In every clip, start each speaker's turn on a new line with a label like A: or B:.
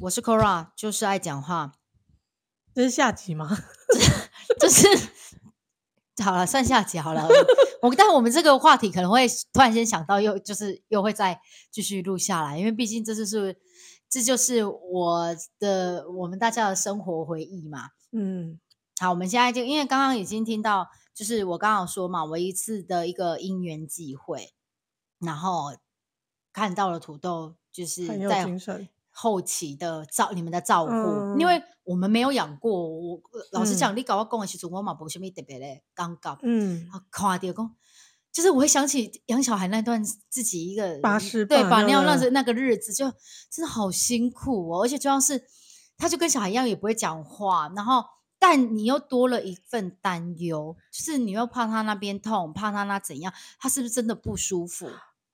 A: 我是 Cora，就是爱讲话，
B: 这是下集吗？
A: 就是 好了，算下集好了。我我但我们这个话题可能会突然间想到又，就是又会再继续录下来，因为毕竟这就是这就是我的我们大家的生活回忆嘛。
B: 嗯，
A: 好，我们现在就因为刚刚已经听到，就是我刚刚有说嘛，我一次的一个因缘际会，然后看到了土豆，就是
B: 很有
A: 在
B: 精神。
A: 后期的照你们的照顾，因
B: 嗯
A: 为我们没有养过。我呃老实讲，
B: 嗯
A: 你搞我讲的时候，我嘛无什么特别的尴尬。
B: 嗯，
A: 啊，看到讲，就是我会想起养小孩那段自己一个
B: 把
A: 人
B: 屎
A: 对
B: 把
A: 把
B: 尿
A: 尿那
B: 的
A: 时那个日子，就真的好辛苦哦。而且主要是，他就跟小孩一样，也不会讲话，然后但你又多了一份担忧，就是你又怕他那边痛，怕他那怎样，他是不是真的不舒服？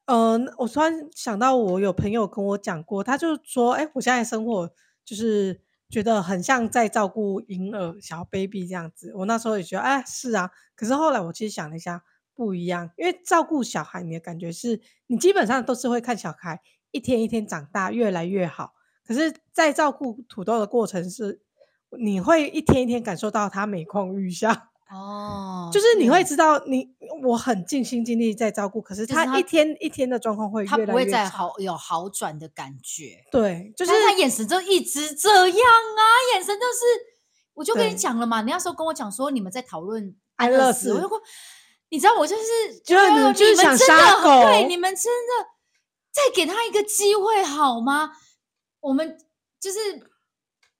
B: 呃，我突然想到，我有朋友跟我讲过，他就说，哎、我现在生活就是觉得很像在照顾婴儿、小 baby 这样子。我那时候也觉得，哎、是啊。可是后来我其实想了一下，不一样，因为照顾小孩，你的感觉是你基本上都是会看小孩一天一天长大，越来越好。可是，在照顾土豆的过程是，你会一天一天感受到他每况愈下。
A: 哦，
B: 就是你会
A: 对
B: 知道你我很尽心尽力在照顾，可是
A: 就是
B: 他
A: 他
B: 一天一天的状况会
A: 他
B: 越
A: 不
B: 来
A: 会
B: 越
A: 再
B: 差。
A: 好有好转的感觉。
B: 对，就
A: 就是是他眼神就一直这样啊，眼神就是，我就跟你
B: 对
A: 讲了嘛，你那时候跟我讲说你们在讨论
B: 安
A: 安
B: 乐
A: 乐死，
B: 死
A: 我就说，你知道我就是
B: 就
A: 哎
B: 是你
A: 呦
B: 就是
A: 你们
B: 想
A: 真
B: 杀
A: 的很对，
B: 狗
A: 你们真的再给他一个机会好吗？我们就是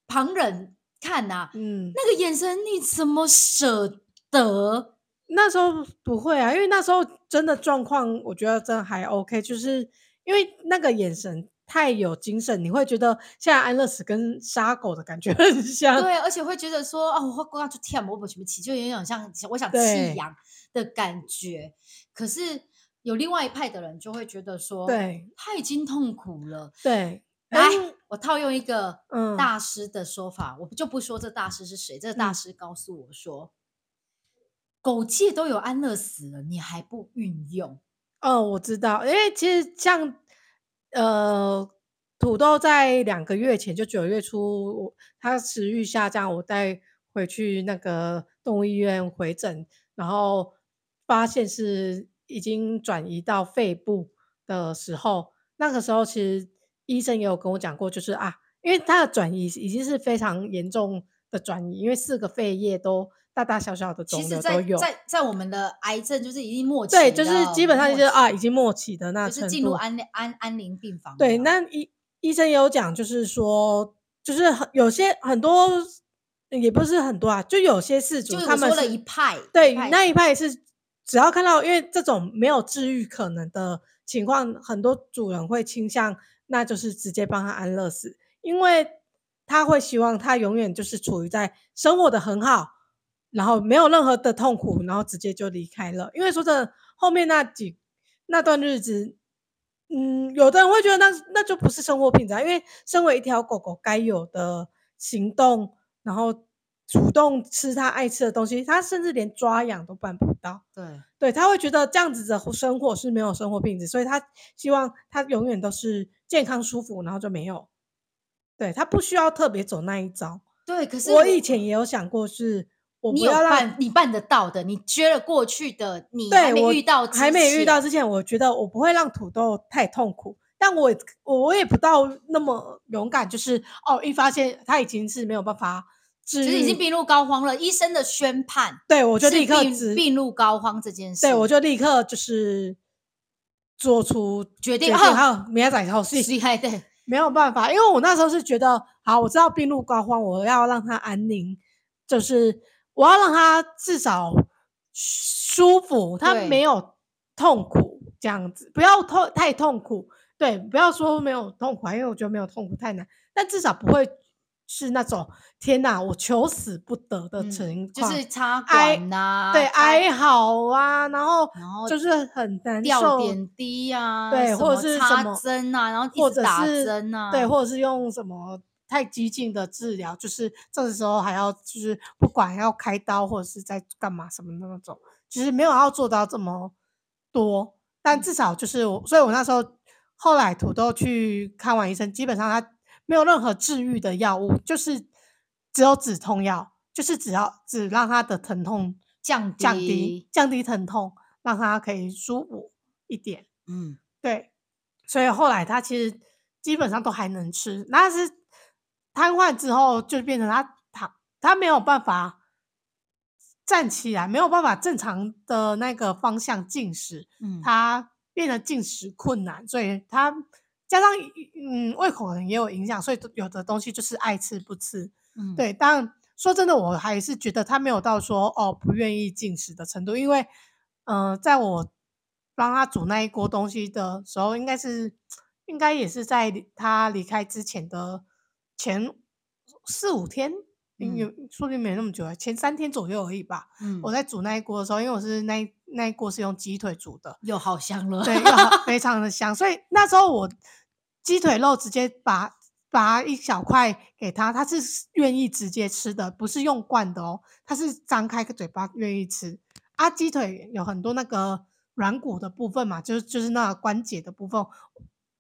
A: 旁人看呐、
B: 嗯，
A: 那个眼神你怎么舍得？
B: 那时候不会啊，因为那时候真的状况，我觉得真的还 OK，就是因为那个眼神太有精神，你会觉得现在安乐死跟杀狗的感觉很像。
A: 对，而且会觉得说啊，我会过去舔我本什么气，就有点像我想
B: 对
A: 弃养的感觉。可是有另外一派的人就会觉得说，，
B: 对
A: 他已经痛苦了。
B: 对，
A: 来
B: 嗯，
A: 我套用一个
B: 嗯
A: 大师的说法，我就不说这大师是谁，这大
B: 嗯
A: 师告诉我说，狗界都有安乐死了，你还不运用？
B: 哦，我知道，因为其实像呃，土豆在两个月前，就九月初，我它食欲下降，我带回去那个动物医院回诊，然后发现是已经转移到肺部的时候，那个时候其实医生也有跟我讲过，就是啊，因为它的转移已经是非常严重的转移，因为四个肺叶都大大小小的肿
A: 其实
B: 瘤
A: 在
B: 都，有。
A: 在在我们的癌症就是已经末期了，
B: 对，就是基本上
A: 末
B: 就是啊，
A: 期
B: 已经末期的那
A: 就
B: 程
A: 是进入
B: 度
A: 安安安宁病房了嘛。
B: 对，那医医生也有讲，就是说，就是很有些很多，也不是很多啊，就有些事主
A: 就是
B: 他
A: 我
B: 们
A: 说了
B: 是
A: 一派，
B: 对
A: 一派
B: 那一派是，只要看到因为这种没有治愈可能的情况，很多主人会倾向，那就是直接帮他安乐死，因为他会希望他永远就是处于在生活的很好，然后没有任何的痛苦，然后直接就离开了。因为说真的，后面那几那段日子，嗯，有的人会觉得那那就不是生活品质啊，因为身为一条狗狗该有的行动，然后主动吃它爱吃的东西，它甚至连抓痒都办不到。
A: 对。
B: 对，他会觉得这样子的生活是没有生活品质，所以他希望他永远都是健康舒服，然后就没有。对他不需要特别走那一招。
A: 对，可是
B: 我以前也有想过是，我不
A: 你有
B: 要让
A: 办，你办得到的，你撅了过去的，你还
B: 对我
A: 没遇到，
B: 还没遇到，之前，我觉得我不会让土豆太痛苦，但我也我我也不到那么勇敢，就是哦，一发现他已经是没有办法治
A: 其
B: 愈，
A: 实已经病入膏肓了。医生的宣判，
B: 对我
A: 我
B: 就立刻
A: 病
B: 止，
A: 病入膏肓这件事，
B: 对我就立刻就是做出
A: 决
B: 决
A: 定
B: 定，
A: 啊，
B: 好，明仔载后事。
A: 厉害 对，
B: 哦没有办法，因为我那时候是觉得，好，我知道病入膏肓，我要让他安宁，就是我要让他至少舒服，他
A: 对
B: 没有痛苦这样子，不要痛太痛苦，对，不要说没有痛苦啊，因为我觉得没有痛苦太难，但至少不会是那种天哪，我求死不得的
A: 嗯
B: 情
A: 就
B: 况，
A: 是插
B: 哀
A: 管呐，
B: 对
A: 插
B: 哀嚎啊，然后
A: 然后
B: 就是很难
A: 吊
B: 受，
A: 点滴啊，
B: 对
A: 什
B: 或者
A: 么
B: 是什
A: 插
B: 么
A: 针啊，然后一
B: 或
A: 直
B: 者
A: 打
B: 是
A: 针啊，
B: 对，或者是用什么太激进的治疗，就是这个时候还要就是不管要开刀或者是在干嘛什么的那种，就是没有要做到这么多，
A: 嗯
B: 但至少就是我，所以我那时候后来土豆去看完医生，基本上他没有任何治愈的药物，就是只有止痛药，就是只要只让他的疼痛
A: 降低
B: 降低，降低疼痛，让他可以舒服一点。
A: 嗯，
B: 对，所以后来他其实基本上都还能吃，那是瘫痪之后就变成他躺，他没有办法站起来，没有办法正常的那个方向进食，
A: 嗯，
B: 他变得进食困难，所以他加上嗯胃口可能也有影响，所以有的东西就是爱吃不吃。
A: 嗯，
B: 对，但说真的，我还是觉得他没有到说哦不愿意进食的程度，因为嗯、呃在我帮他煮那一锅东西的时候，应该是应该也是在离他离开之前的前四五天，
A: 嗯
B: 有、说不定没那么久啊，前三天左右而已吧。
A: 嗯，
B: 我在煮那一锅的时候，因为我是那一那一锅是用鸡腿煮的，
A: 又好香 了，
B: 对，又好非常的香。所以那时候我鸡腿肉直接把把一小块给他，他是愿意直接吃的，不是用灌的哦，他是张开个嘴巴愿意吃。啊，鸡腿有很多那个软骨的部分嘛，就是就是那个关节的部分。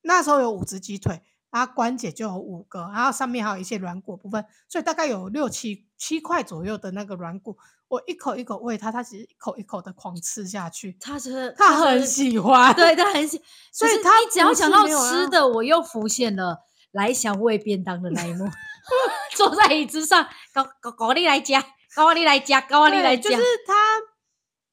B: 那时候有五只鸡腿，然后关节就有五个，然后上面还有一些软骨部分，所以大概有六七七块左右的那个软骨。我一口一口喂它，它其实一口一口的狂吃下去，
A: 他觉得
B: 它很喜 欢。
A: 对他很喜，
B: 所以
A: 就是
B: 他
A: 你只要
B: 不
A: 想
B: 是
A: 到
B: 没有啊
A: 吃
B: 让
A: 的，我又浮现了来想喂便当的那一幕， 坐在椅子上，搞搞搞你来夹，搞你来夹，搞你
B: 对
A: 来夹，
B: 就是他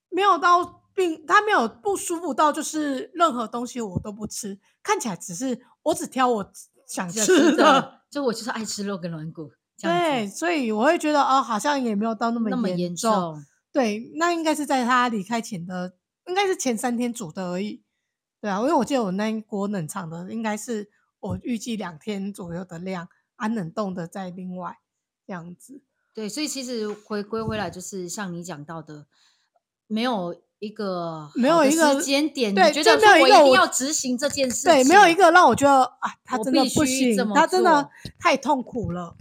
B: 没有到病，他没有不舒服到，就是任何东西我都不吃，看起来只是我只挑我想
A: 就
B: 吃的。，
A: 就我就是爱吃肉跟软骨，这样
B: 对，
A: 子
B: 所以我会觉得哦，好像也没有到那么
A: 那么
B: 严
A: 严重，
B: 对，那应该是在他离开前的，应该是前三天煮的而已。对啊，因为我记得我那一锅冷藏的，应该是我预计两天左右的量，啊，冷冻的再另外这样子。
A: 对，所以其实回归回来就是像你讲到的，没有一个
B: 没
A: 好
B: 有
A: 的
B: 一个
A: 时间点，你
B: 对
A: 觉
B: 就
A: 得
B: 没
A: 说我
B: 有一
A: 一
B: 个
A: 定
B: 我
A: 要执行这件事情，
B: 对，没有一个让我觉得啊，他
A: 我
B: 真的
A: 必
B: 不
A: 须这
B: 行，
A: 么
B: 他真的
A: 做
B: 太痛苦了。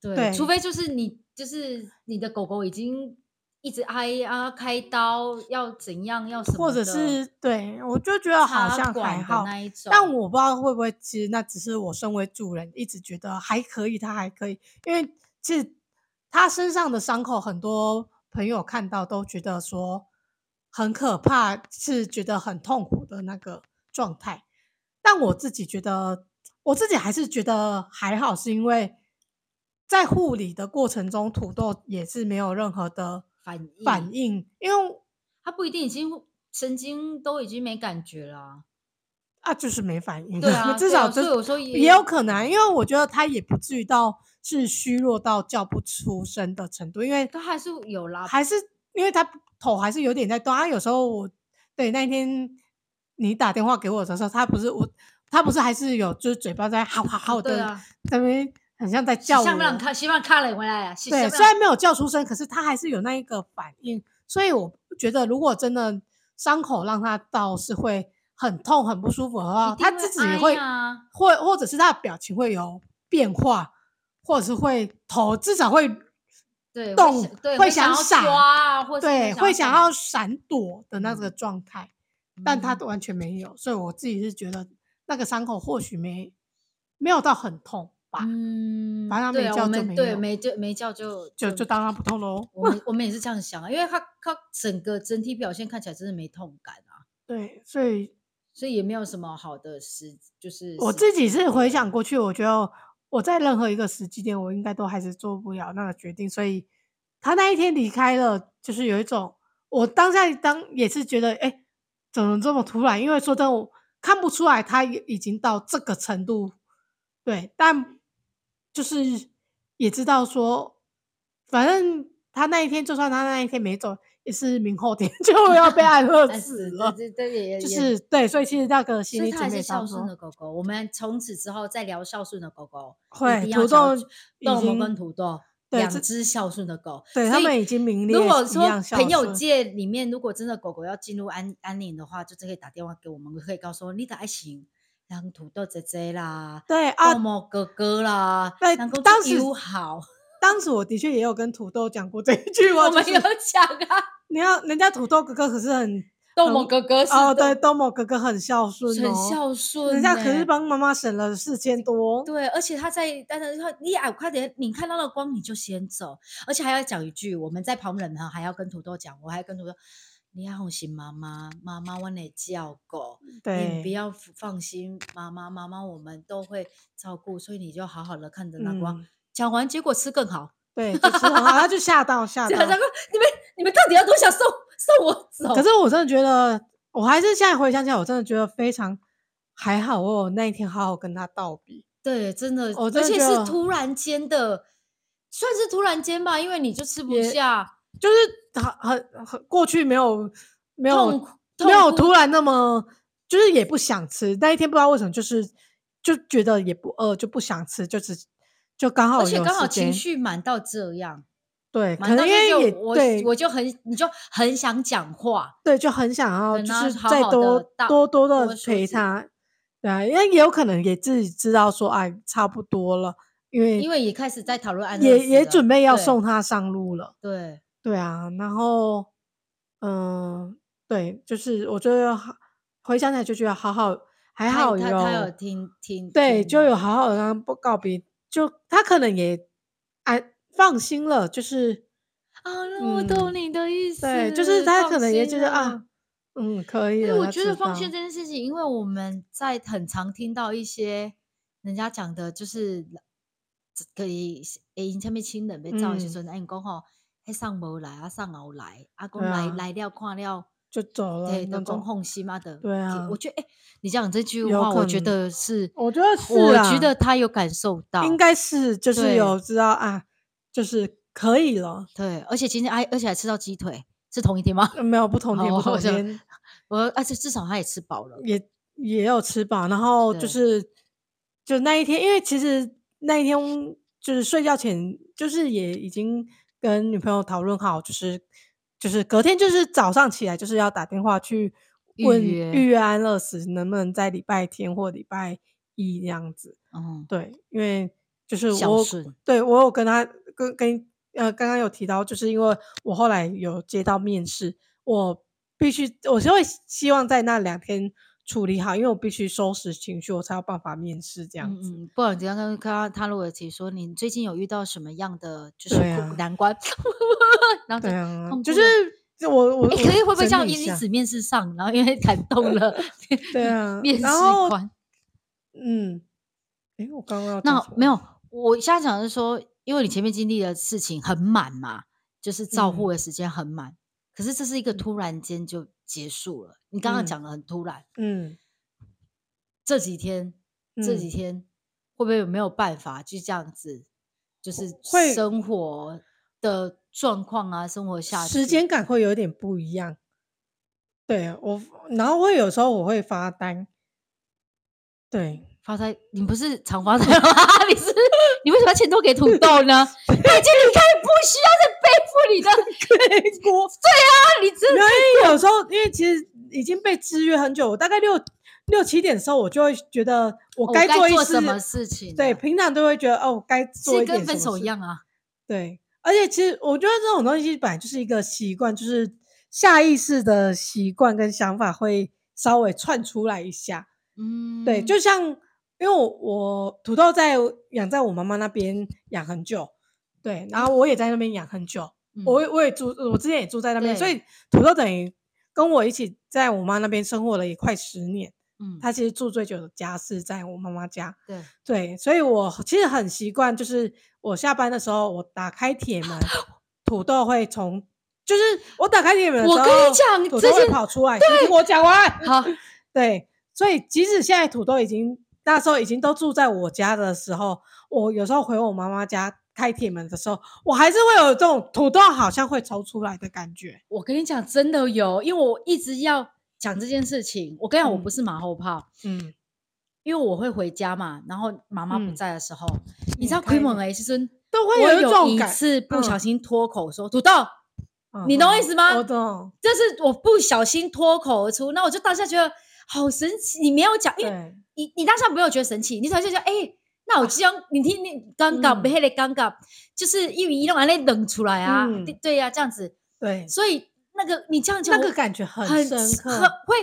A: 对，
B: 对
A: 除非就是你就是你的狗狗已经一直哎啊开刀要怎样要什么的，
B: 或者是对我就觉得好
A: 插
B: 像
A: 管
B: 还
A: 的
B: 好，
A: 那一种，
B: 但我不知道会不会，其实那只是我身为主人一直觉得还可以，他还可以，因为其实他身上的伤口，很多朋友看到都觉得说很可怕，是觉得很痛苦的那个状态。但我自己觉得，我自己还是觉得还好，是因为在护理的过程中，土豆也是没有任何的
A: 反应
B: 反应，因为
A: 它不一定已经神经都已经没感觉了啊、
B: 啊，就是没反应，
A: 对啊，
B: 至
A: 对啊
B: 少
A: 所
B: 这
A: 以我说
B: 也有可能啊，因为我觉得他也不至于到是虚弱到叫不出声的程度，因为
A: 它还是有啦，
B: 还是因为他头还是有点在动。他有时候我对那一天你打电话给我的时候，他不是我，他不是还是有就是嘴巴在好好好
A: 对
B: 的
A: 啊，
B: 在那边很像在叫我，
A: 希望看，希望看了回来啊，希
B: 对，
A: 望
B: 虽然没有叫出声，可是他还是有那一个反应，所以我觉得如果真的伤口让他到是会很痛很不舒服的话，
A: 一
B: 他
A: 定
B: 哦自己
A: 哎
B: 会
A: 呀
B: 或或者是他的表情会有变化，或者是会头至少会
A: 对会
B: 动
A: 想对
B: 会
A: 会想
B: 想
A: 要
B: 闪
A: 抓啊，或是
B: 对会想
A: 想
B: 要闪躲嗯的那个状态，但他
A: 嗯
B: 完全没有，所以我自己是觉得那个伤口或许没没有到很痛吧，
A: 嗯，
B: 反正它
A: 对
B: 没
A: 啊
B: 叫
A: 我
B: 就
A: 们
B: 没
A: 对
B: 有
A: 没就没叫就
B: 就就当他不痛喽。
A: 我们我们也是这样想啊，因为他他整个整体表现看起来真的没痛感啊，
B: 对，所以
A: 所以也没有什么好的时，就是
B: 我
A: 时
B: 自己是回想过去，我觉得我在任何一个时机点，我应该都还是做不了那个决定，所以他那一天离开了，就是有一种我当下当也是觉得，哎、怎么这么突然？因为说真的，我看不出来他已已经到这个程度，对，但就是也知道说，反正他那一天，就算他那一天没走，也是明后天 就要 被安乐
A: 但
B: 死
A: 是
B: 了，
A: 这这也
B: 就
A: 也
B: 是对，所以其实那个心
A: 所
B: 理
A: 以它
B: 准
A: 还是
B: 备差
A: 孝
B: 不
A: 顺
B: 多。
A: 的狗狗。我们从此之后再聊孝顺的狗狗，一
B: 会
A: 定
B: 土
A: 要讲
B: 豆已
A: 豆萌
B: 经
A: 跟土豆
B: 对
A: 两
B: 这
A: 只孝顺的狗，
B: 对他
A: 所以
B: 们已经名列
A: 如果
B: 一
A: 说
B: 样孝
A: 朋友
B: 顺
A: 界里面，如果真的狗狗要进入安安宁的话，就可以打电话给我们，我可以告诉我你的爱情，让土豆姐姐啦，
B: 对啊
A: 豆，某哥哥啦，
B: 对
A: 然后
B: 当时
A: 友好，
B: 当时我的确也有跟土豆讲过这一句话，
A: 我
B: 就
A: 们
B: 是
A: 有讲啊，
B: 你要人家土豆哥哥可是很
A: 豆某哥 哥是
B: 哦，
A: 豆
B: 对，豆某哥哥很孝顺、哦，
A: 很孝顺、欸，
B: 人家可是帮妈妈省了四千多。
A: 对，而且他在，但是他你哎，快点，你看到了光你就先走，而且还要讲一句，我们在旁人哈还要跟土豆讲，我还跟土豆，你要放心妈妈，妈妈我得叫狗，你不
B: 对，
A: 要放心妈妈，妈妈我们都会照顾，所以你就好好的看着那光。
B: 嗯
A: 讲完结果吃更好，
B: 对，就是很好，他就吓到吓
A: 讲
B: 到
A: 讲。说你们你们到底要多想送送我走？
B: 可是我真的觉得，我还是现在回想起来，我真的觉得非常还好，我有那一天好好跟他道别。
A: 对，真的，
B: 我
A: 而
B: 真的
A: 且
B: 觉
A: 是
B: 得
A: 突然间的，算是突然间吧，因为你就吃不
B: 也
A: 下，
B: 就是很很很过去没有没有
A: 痛苦
B: 没有
A: 痛
B: 突然那么，就是也不想吃。那一天不知道为什么，就是就觉得也不饿，就不想吃，就只就刚好
A: 而且
B: 有
A: 刚
B: 时
A: 好情
B: 间
A: 绪满到这样，
B: 对，可
A: 满到
B: 能因
A: 这
B: 为也
A: 就我
B: 对
A: 我就很你就很想讲话，
B: 对，就很想要
A: 跟
B: 就
A: 他
B: 是
A: 好
B: 再
A: 好地
B: 多
A: 道
B: 多多
A: 多
B: 的
A: 说
B: 陪
A: 几
B: 他，对啊，因为也有可能也自己知道说哎差不多了，因为
A: 因为也开始在讨论安乐
B: 也
A: 死
B: 也
A: 了
B: 准备要
A: 对
B: 送他上路了。
A: 对，
B: 对啊，然后，嗯，对，就是我觉得好回想起来就觉得好好，还
A: 他
B: 好
A: 他他有听听，
B: 对，
A: 听
B: 就
A: 到啊
B: 有好好的让不告别，就他可能也安放心了，就是
A: 啊，那我懂
B: 嗯
A: 你的意思，
B: 对，就是他
A: 放
B: 可能也
A: 心
B: 觉得
A: 了
B: 啊，嗯，可以
A: 对，
B: 了，
A: 我
B: 他
A: 觉得
B: 知
A: 放
B: 道
A: 线这件事情，因为我们在很常听到一些人家讲的，就是可以诶，因前面亲人被照的时
B: 嗯
A: 阵，哎、你讲吼，迄送无来啊，送后来，啊，讲
B: 对
A: 来、
B: 啊
A: 来了看了，
B: 就走了
A: 对，
B: 那
A: 就讲
B: 种。
A: 放心啊的。
B: 对
A: 其
B: 啊
A: 我觉得诶，你讲这句
B: 有
A: 话，我
B: 可
A: 觉
B: 能
A: 得是，
B: 我觉得是
A: 我觉
B: 啊
A: 得他有感受到，
B: 应该是就是
A: 对
B: 有知道啊，就是可以了，
A: 对，而且今天哎，而且还吃到鸡腿，是同一天吗？
B: 呃没有不同天
A: 哦
B: 不同
A: 我想
B: 天，
A: 我而且至少他也吃饱了，
B: 也也有吃饱，然后
A: 对
B: 就是就那一天，因为其实那一天就是睡觉前，就是也已经跟女朋友讨论好，就是就是隔天就是早上起来就是要打电话去
A: 预
B: 问
A: 约
B: 预约安乐死能不能在礼拜天或礼拜一这样子。
A: 嗯，
B: 对，因为就是
A: 孝
B: 我
A: 顺
B: 对我有跟他跟跟呃刚刚有提到，就是因为我后来有接到面试，我必须我是会希望在那两天处理好，因为我必须收拾情绪，我才有办法面试这样子。
A: 嗯嗯，不然刚刚刚刚他如果提说你最近有遇到什么样的就是
B: 对
A: 困
B: 啊
A: 难关， 然后就
B: 对啊
A: 痛，
B: 就
A: 苦
B: 是
A: 了
B: 我我
A: 诶可以会不会
B: 叫
A: 像因因此面试上，然后因为感动了面，
B: 对啊
A: 面试
B: 然后
A: 官。
B: 嗯，诶，我刚刚要讲
A: 那
B: 什
A: 没
B: 么
A: 有，我现在讲的是说，因为你前面经历的事情很满嘛，就是照护
B: 嗯
A: 的时间很满，可是这是一个突然间就结束了。你刚刚
B: 嗯
A: 讲的很突然，
B: 嗯
A: 这几天这
B: 嗯
A: 几天会不会有没有办法就这样子，就是
B: 会
A: 生活的状况啊，生活下
B: 时
A: 去
B: 间感会有点不一样。对我，然后会有时候我会发呆。对，
A: 发呆，你不是常发呆吗？ 你是你为什么要钱都给 土豆呢？他已经离开，不需要再背负 你的锅。对啊，你
B: 没
A: 这
B: 有，因为有时候因为其实已经被制约很久，我大概六六七点的时候，我就会觉得我
A: 哦我
B: 该
A: 做
B: 一
A: 什么事
B: 次，
A: 情了？
B: 对，平常都会觉得哦，我该做
A: 是
B: 一点
A: 跟分
B: 什么
A: 手一
B: 事，
A: 样啊。
B: 对。而且其实我觉得这种东西本来就是一个习惯，就是下意识的习惯跟想法会稍微窜出来一下，
A: 嗯，
B: 对，就像因为我我土豆在养在我妈妈那边养很久，对，然后我也在那边养很久，
A: 嗯
B: 我也我也住，我之前也住在那边，所
A: 对
B: 以土豆等于跟我一起在我妈那边生活了也快十年。
A: 嗯，
B: 她其实住最久的家是在我妈妈家，
A: 对，
B: 对，所以我其实很习惯，就是我下班的时候，我打开铁 门，土豆会从，就是我打开铁门的时
A: 我
B: 候，
A: 跟你讲
B: 土
A: 这
B: 豆会
A: 件
B: 跑出来，你听我讲完，
A: 好，
B: 对，所以即使现在土豆已经那时候已经都住在我家的时候，我有时候回我妈妈家开铁门的时候，我还是会有这种土豆好像会抽出来的感觉。
A: 我跟你讲，真的有，因为我一直要讲这件事情。我跟你讲，我不
B: 嗯
A: 是马后炮，
B: 嗯，
A: 因为我会回家嘛，然后妈妈不
B: 嗯
A: 在的时候，你
B: 你
A: 知道
B: 开
A: Queen
B: 一个
A: 猛哎，其实
B: 都会
A: 我
B: 一种
A: 一
B: 感。
A: 次不小
B: 嗯
A: 心脱口说土豆，你懂我意思
B: 嗯
A: 吗
B: 我懂。
A: 就是我不小心脱口而出，那我就当下觉得好神奇。你没有讲，因为
B: 对，
A: 你你当下没有觉得神奇，你当下就觉得哎、那我这样你听你尴尬，
B: 嗯
A: 被黑的尴尬，就是因为一弄完那冷出来啊，
B: 嗯
A: 对对呀、这样子，
B: 对，
A: 所以那个你这样讲，
B: 那个
A: 我
B: 感觉很
A: 很
B: 深
A: 很
B: 刻。
A: 会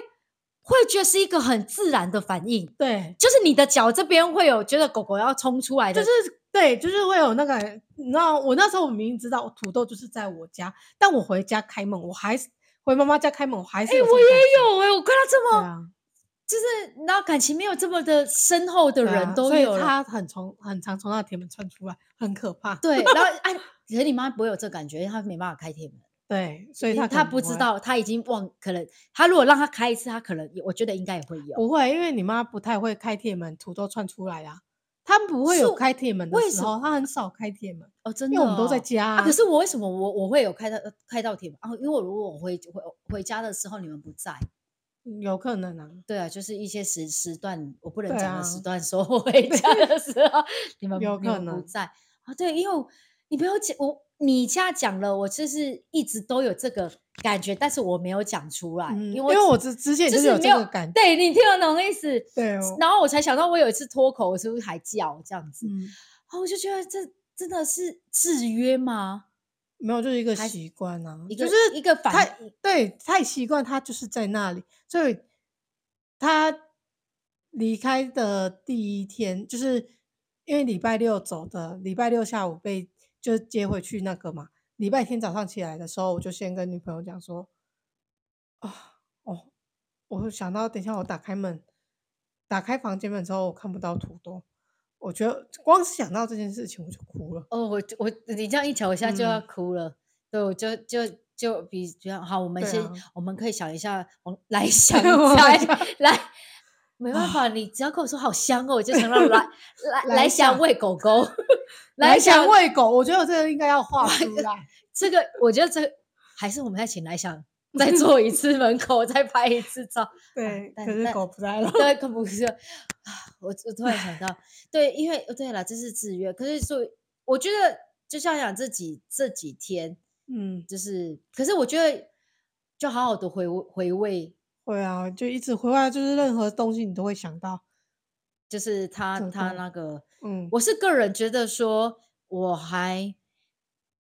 A: 会觉得是一个很自然的反应，
B: 对，
A: 就是你的脚这边会有觉得狗狗要冲出来的，
B: 就是对，就是会有那个，你知道，我那时候我明明知道土豆就是在我家，但我回家开门，我还是回妈妈家开门，我还是
A: 哎、
B: 有这
A: 我
B: 种感
A: 也
B: 觉
A: 有哎、我看到这么、
B: 对啊
A: 就是你知道感情没有这么的深厚的
B: 对啊
A: 人都
B: 所以
A: 有了
B: 他很从很常从那铁门窜出来，很可怕。
A: 对，然后哎，可是你妈不会有这感觉，因为她没办法开铁门，
B: 对，所以
A: 因
B: 他
A: 为
B: 可
A: 她
B: 能
A: 不知
B: 会
A: 道，她已经忘，可能她如果让她开一次，她可能也我觉得应该也会有。
B: 不会，因为你妈不太会开铁门，土豆窜出来啊。她不会有
A: 是
B: 开铁门的
A: 为
B: 时
A: 什
B: 候，她很少开铁门，
A: 哦，真
B: 因
A: 的、
B: 为
A: 哦，
B: 我们都在家、
A: 啊可是我为什么我我会有开到开到铁门啊？因为我如果我回回回家的时候你们不在，
B: 有可能啊，
A: 对啊，就是一些时时段我不能
B: 对
A: 讲的
B: 啊
A: 时段，说我回家 的时候你们
B: 有
A: 你
B: 可
A: 们不
B: 能
A: 在啊。对，因为我你没有讲我。你家讲了，我就是一直都有这个感觉，但是我没有讲出来，
B: 嗯，因
A: 因
B: 为
A: 为我
B: 我之之前
A: 就
B: 就是有
A: 没
B: 这
A: 有
B: 个感觉，
A: 对你听得懂意思。
B: 对哦，
A: 然后我才想到，我有一次脱口，我是不是还叫这样子？
B: 嗯，
A: 然后我就觉得这真的是制约吗？
B: 没有，就是一个
A: 还是
B: 习惯啊，
A: 一
B: 就
A: 个
B: 是
A: 一个反
B: 太
A: 应
B: 对太习惯，他就是在那里，所以他离开的第一天，就是因为礼拜六走的，礼拜六下午被就接回去那个嘛，礼拜天早上起来的时候，我就先跟女朋友讲说，啊，哦，我想到等一下我打开门，打开房间门之后，我看不到土豆，我觉得光是想到这件事情我就 哭了，
A: 哦，我我你这样一讲，我现在就
B: 嗯
A: 要哭了。对，我就就就比比较好，我们
B: 对
A: 先、
B: 啊
A: 我们可以想一下，我们来 想一
B: 我
A: 下
B: 想
A: 来。没办法，你只要跟我说好香哦，我就想 到来来
B: 来
A: 来想
B: 想
A: 喂狗 狗，
B: 来想
A: 想
B: 喂狗，我觉得这个应该要画出 来。
A: 这个，我觉得这个还是我们再请来 想再做一次门口，再拍一次照。
B: 对，
A: 但
B: 可是
A: 但
B: 狗不在了。
A: 对，可不是啊！我我突然想到，对，因为哦对了，这是制约。可是所以我觉得，就像讲这几这几天，
B: 嗯，
A: 就是，可是我觉得就好好的回味回味，
B: 会啊，就一直回来，就是任何东西你都会想到。
A: 就是他
B: 怎么
A: 他
B: 说
A: 那个，
B: 嗯，
A: 我是个人觉得说，我还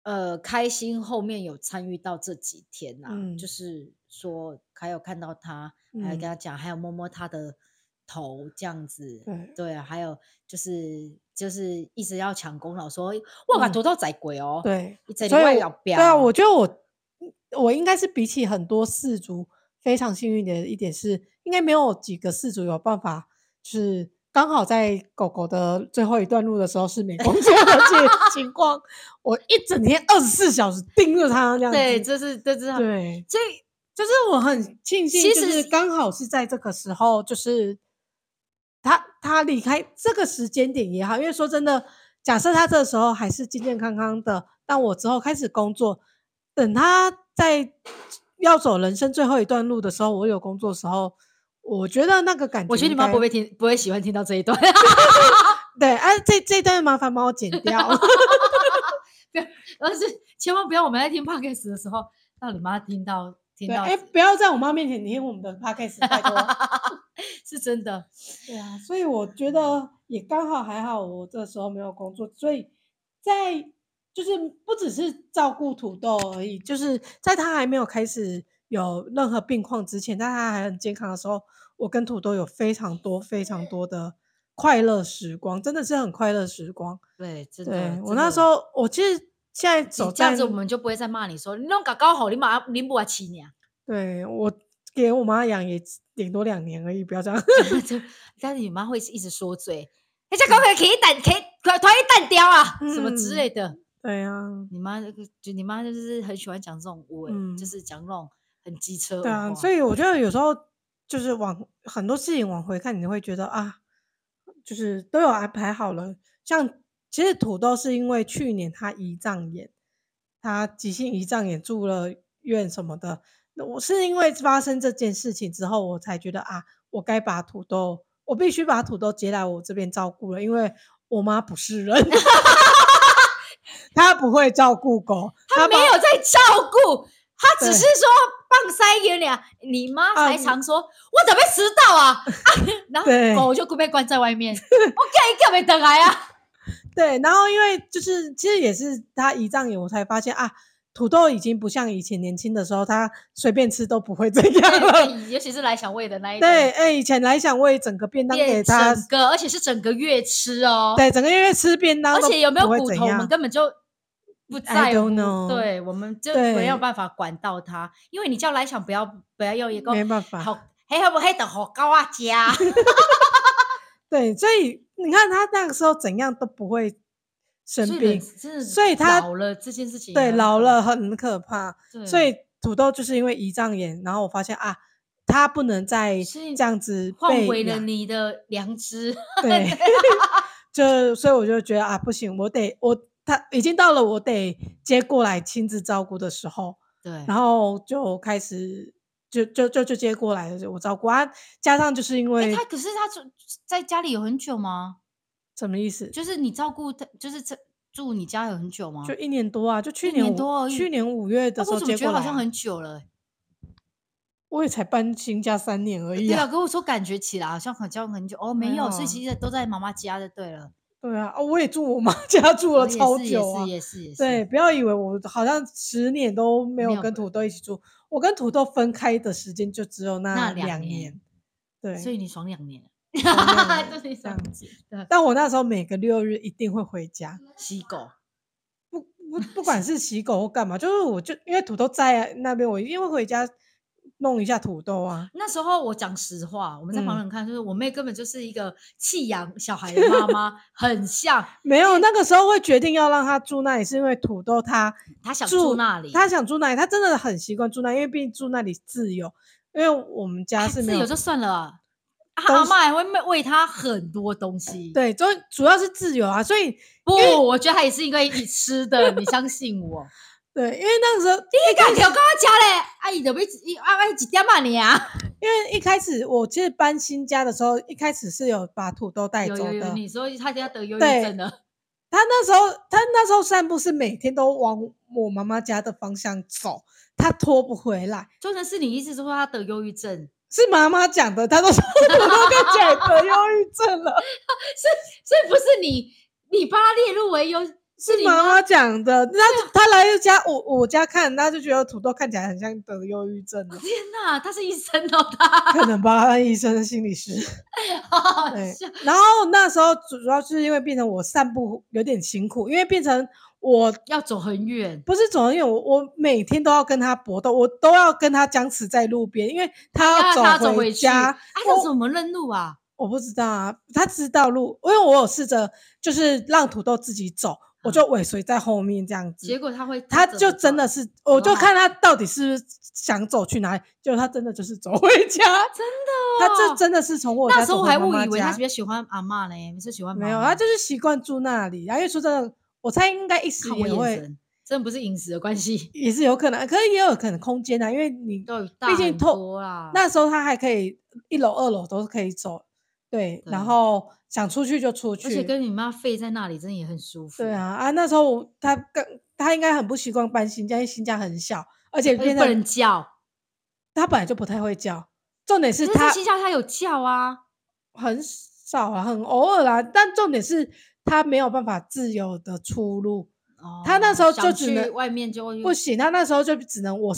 A: 呃开心，后面有参与到这几天呐、
B: 嗯
A: 就是说还有看到他，还有跟
B: 嗯
A: 他讲，还有摸摸他的头这样子，
B: 对
A: 对啊，还有就是就是一直要抢功劳，说哇，把
B: 嗯
A: 多到仔鬼哦，，
B: 对，
A: 一整
B: 所以
A: 外
B: 我
A: 要
B: 对
A: 标，
B: 啊，我觉得我我应该是比起很多氏族非常幸运的一点是，应该没有几个氏族有办法，就是刚好在狗狗的最后一段路的时候是没工作的 这情况，我一整天二十四小时盯着它这样子。
A: 对，这是这是很
B: 对，
A: 所以
B: 就是我很庆幸，
A: 其
B: 就
A: 实
B: 是
A: 是
B: 刚好是在这个时候，就是他他离开这个时间点也好，因为说真的，假设他这时候还是健健康康的，但我之后开始工作，等他在要走人生最后一段路的时候，我有工作的时候，我觉得那个感觉应该，
A: 我觉得你妈不会听不会喜欢听到这一段。
B: 对，哎、这这段麻烦帮我剪 掉。
A: 而是千万不要我们在听 podcast 的时候，让你妈听到听
B: 对，
A: 到
B: 哎、不要在我妈面前听我们的 podcast，拜托。
A: 是真的。
B: 对啊，所以我
A: 嗯
B: 觉得也刚好还好，我这时候没有工作，所以在就是不只是照顾土豆而已，就是在他还没有开始有任何病况之前，在他还很健康的时候，我跟土豆有非常多非常多的快乐时光，真的是很快乐的时光。
A: 对，真的。
B: 对我
A: 真
B: 那
A: 的
B: 时候，我其实现在
A: 你
B: 走
A: 这样
B: 在
A: 子，我们就不会再骂你说你弄搞搞好，你妈你不来气你啊。
B: 对我给我妈养也顶多两年而已，不要 这样。
A: 就但是你妈会一直说嘴，哎人家搞可以蛋可以可可以蛋雕啊、什么之
B: 嗯
A: 类的。
B: 对啊，
A: 你妈就就你妈就是很喜欢讲这种我、
B: 嗯
A: 就是讲那种很机车文
B: 对
A: 化。
B: 啊，所以我觉得有时候就是往很多事情往回看，你会觉得啊，就是都有安排好了。像其实土豆是因为去年他胰脏炎，他急性胰脏炎住了院什么的。那我是因为发生这件事情之后，我才觉得啊，我该把土豆，我必须把土豆接来我这边照顾了，因为我妈不是人， 她不会照顾狗，
A: 她没有在照顾，她只
B: 对
A: 是说放塞给你啊。你妈
B: 啊
A: 还常说：“我怎么会迟到啊？”啊然
B: 对
A: 后狗就被关在外 面，我干一个没等来啊。
B: 对，然后因为就是其实也是他胰脏炎，我才发现啊，土豆已经不像以前年轻的时候，他随便吃都不会这 样
A: 对
B: 了。
A: 对尤其是来想喂的那一顿，
B: 对，哎、以前来想喂整个便当给
A: 变
B: 他，
A: 整个，而且是整个月吃哦。，
B: 对，整个月吃便当
A: 而
B: 都
A: 且有没有
B: 不会
A: 骨
B: 怎
A: 头，我们
B: 样
A: 根本就不
B: I
A: 在
B: don't
A: 乎。
B: know
A: 对，我们就
B: 对
A: 没有办法管到他，因为你叫来想不要不要用一个
B: 没办法。
A: 好，还有还等好高啊 家，
B: 对，所以你看他那个时候怎样都不会生
A: 所以啊人
B: 病，
A: 真的，
B: 所以他
A: 老了这件事情，
B: 对，老了，很可怕。
A: 对
B: 所以土豆就是因为胰脏炎，然后我发现啊，他不能再
A: 所以
B: 这样子
A: 换
B: 被
A: 回了
B: 养
A: 你的良知，
B: 对，就所以我就觉得啊，不行，我得我他已经到了我得接过来亲自照顾的时候，
A: 对
B: 然后就开始就就就就接过来了，就我照顾啊，加上就是因
A: 哎，
B: 为、
A: 他可是他住在家里有很久吗？
B: 什么意思，
A: 就
B: 就
A: 是你照顾他，就是在住你家有很久吗？
B: 一年多啊，就去
A: 一年
B: 五
A: 多而已
B: 去年五月
A: 啊
B: 的时
A: 我
B: 候
A: 怎么
B: 接
A: 觉得
B: 过
A: 好
B: 来
A: 像
B: 啊，
A: 很久了欸？
B: 我也才搬新家三年而已
A: 对啊，
B: 啊，
A: 跟我说感觉起来好像好像很久哦，没
B: 没
A: 有，
B: 有
A: 所以
B: 啊
A: 其实都在妈妈家的，对了，
B: 对啊，哦，我也住我 妈家住了
A: 哦也
B: 超
A: 是
B: 久啊，
A: 也是也是也是，
B: 对，，不要以为我好像十年都没
A: 没
B: 有
A: 有
B: 跟
A: 跟
B: 土豆一起住，我跟土豆分开的时间就只有
A: 那两
B: 两
A: 年
B: 年。对，
A: 所以你爽两年了，
B: 爽两
A: 就
B: 年
A: 是你
B: 这
A: 爽
B: 样子
A: 对。
B: 但我那时候每个六日一定会回家，
A: 洗狗，
B: 不不不管是洗狗或干嘛，就是我就因为土豆在那边，我一定会回家弄一下土豆啊。
A: 那时候我讲实话，我们在旁
B: 嗯
A: 人看，就是我妹根本就是一个弃养小孩的妈妈，很像
B: 没有，那个时候会决定要让他住那里，是因为土豆他
A: 她想
B: 住
A: 住那里，
B: 他想住那里，他真的很习惯住那里，因为毕竟住那里自由。因为我们家
A: 哎
B: 是没
A: 自
B: 有
A: 由就算了啊，啊
B: 东
A: 阿
B: 西
A: 妈还会喂喂她很多东西，，
B: 对，主主要是自由啊，所以
A: 不，我觉得她也是因为你吃的，你相信我。
B: 对， 因为那个时候
A: 你干条跟我讲嘞，阿姨就要一阿阿几点嘛你啊？
B: 因为一开始我其实搬新家的时候，一开始是有把土豆带
A: 有
B: 走
A: 有有，
B: 的。
A: 你说他家得忧郁
B: 对
A: 症了，
B: 他那时候，他那时候散步是每天都往我妈妈家的方向走，他拖不回来。
A: 重点是你一直说他得忧郁症，
B: 是妈妈讲的，他都说土豆跟姐得忧郁症了，
A: 所以不是你你把他列入为忧， 是你，
B: 妈妈讲的。那他来家我我家看，他就觉得土豆看起来很像得忧郁症 了
A: 天哪，他是医生哦，他
B: 可能吧，他医生心 理师。
A: 好好
B: 对
A: 笑，
B: 然后那时候主要是因为变成我散步有点辛苦，因为变成我
A: 要走很远，
B: 不是总而言之，我我每天都要跟他搏斗，我都要跟他僵持在路边，因为他
A: 要他
B: 要
A: 走
B: 回
A: 回去。
B: 家嗯
A: 啊，，他怎么认路啊？
B: 我不知道啊，他知道路，因为我有试着就是让土豆自己走，我就尾随在后面这样
A: 啊结
B: 子。
A: 果他会，
B: 他就真的
A: 是
B: 是，我就
A: 哇
B: 看他到底是不是想走去哪里，结果他真的就是走 回家，他这真的是从我
A: 哦那
B: 家
A: 时候
B: 走
A: 我
B: 回
A: 还
B: 妈
A: 误
B: 妈
A: 以为
B: 家
A: 他比较喜欢阿嬷嘞，每次喜欢妈
B: 没有，
A: 妈
B: 他就是习惯住那里，啊然后因为说真的，我猜应该一时
A: 看我
B: 也
A: 眼
B: 会
A: 神，真的不是饮食的关 系，
B: 也是有可能，可是也有可能空间啊，因为你
A: 都有大
B: 毕竟
A: 很
B: 透
A: 多啊啦，
B: 那时候他还可以一楼、二楼都是可以走，对，然
A: 对
B: 后想出去就出
A: 嗯而且
B: 去，
A: 跟你妈废在那里，真的也很舒服。
B: 对啊，啊，那时候我他刚他应该很不习惯搬新家，因为新家很小，而且
A: 而且
B: 变
A: 呃不能
B: 成
A: 叫，
B: 他本来就不太会叫，重点是
A: 但是在
B: 他
A: 新加坡他有叫啊，
B: 很少啊，很偶尔啦、但重点是他没有办法自由的出入，他那时候就
A: 哦想
B: 只
A: 去
B: 能
A: 外面就哦
B: 不行，他那时候就只能我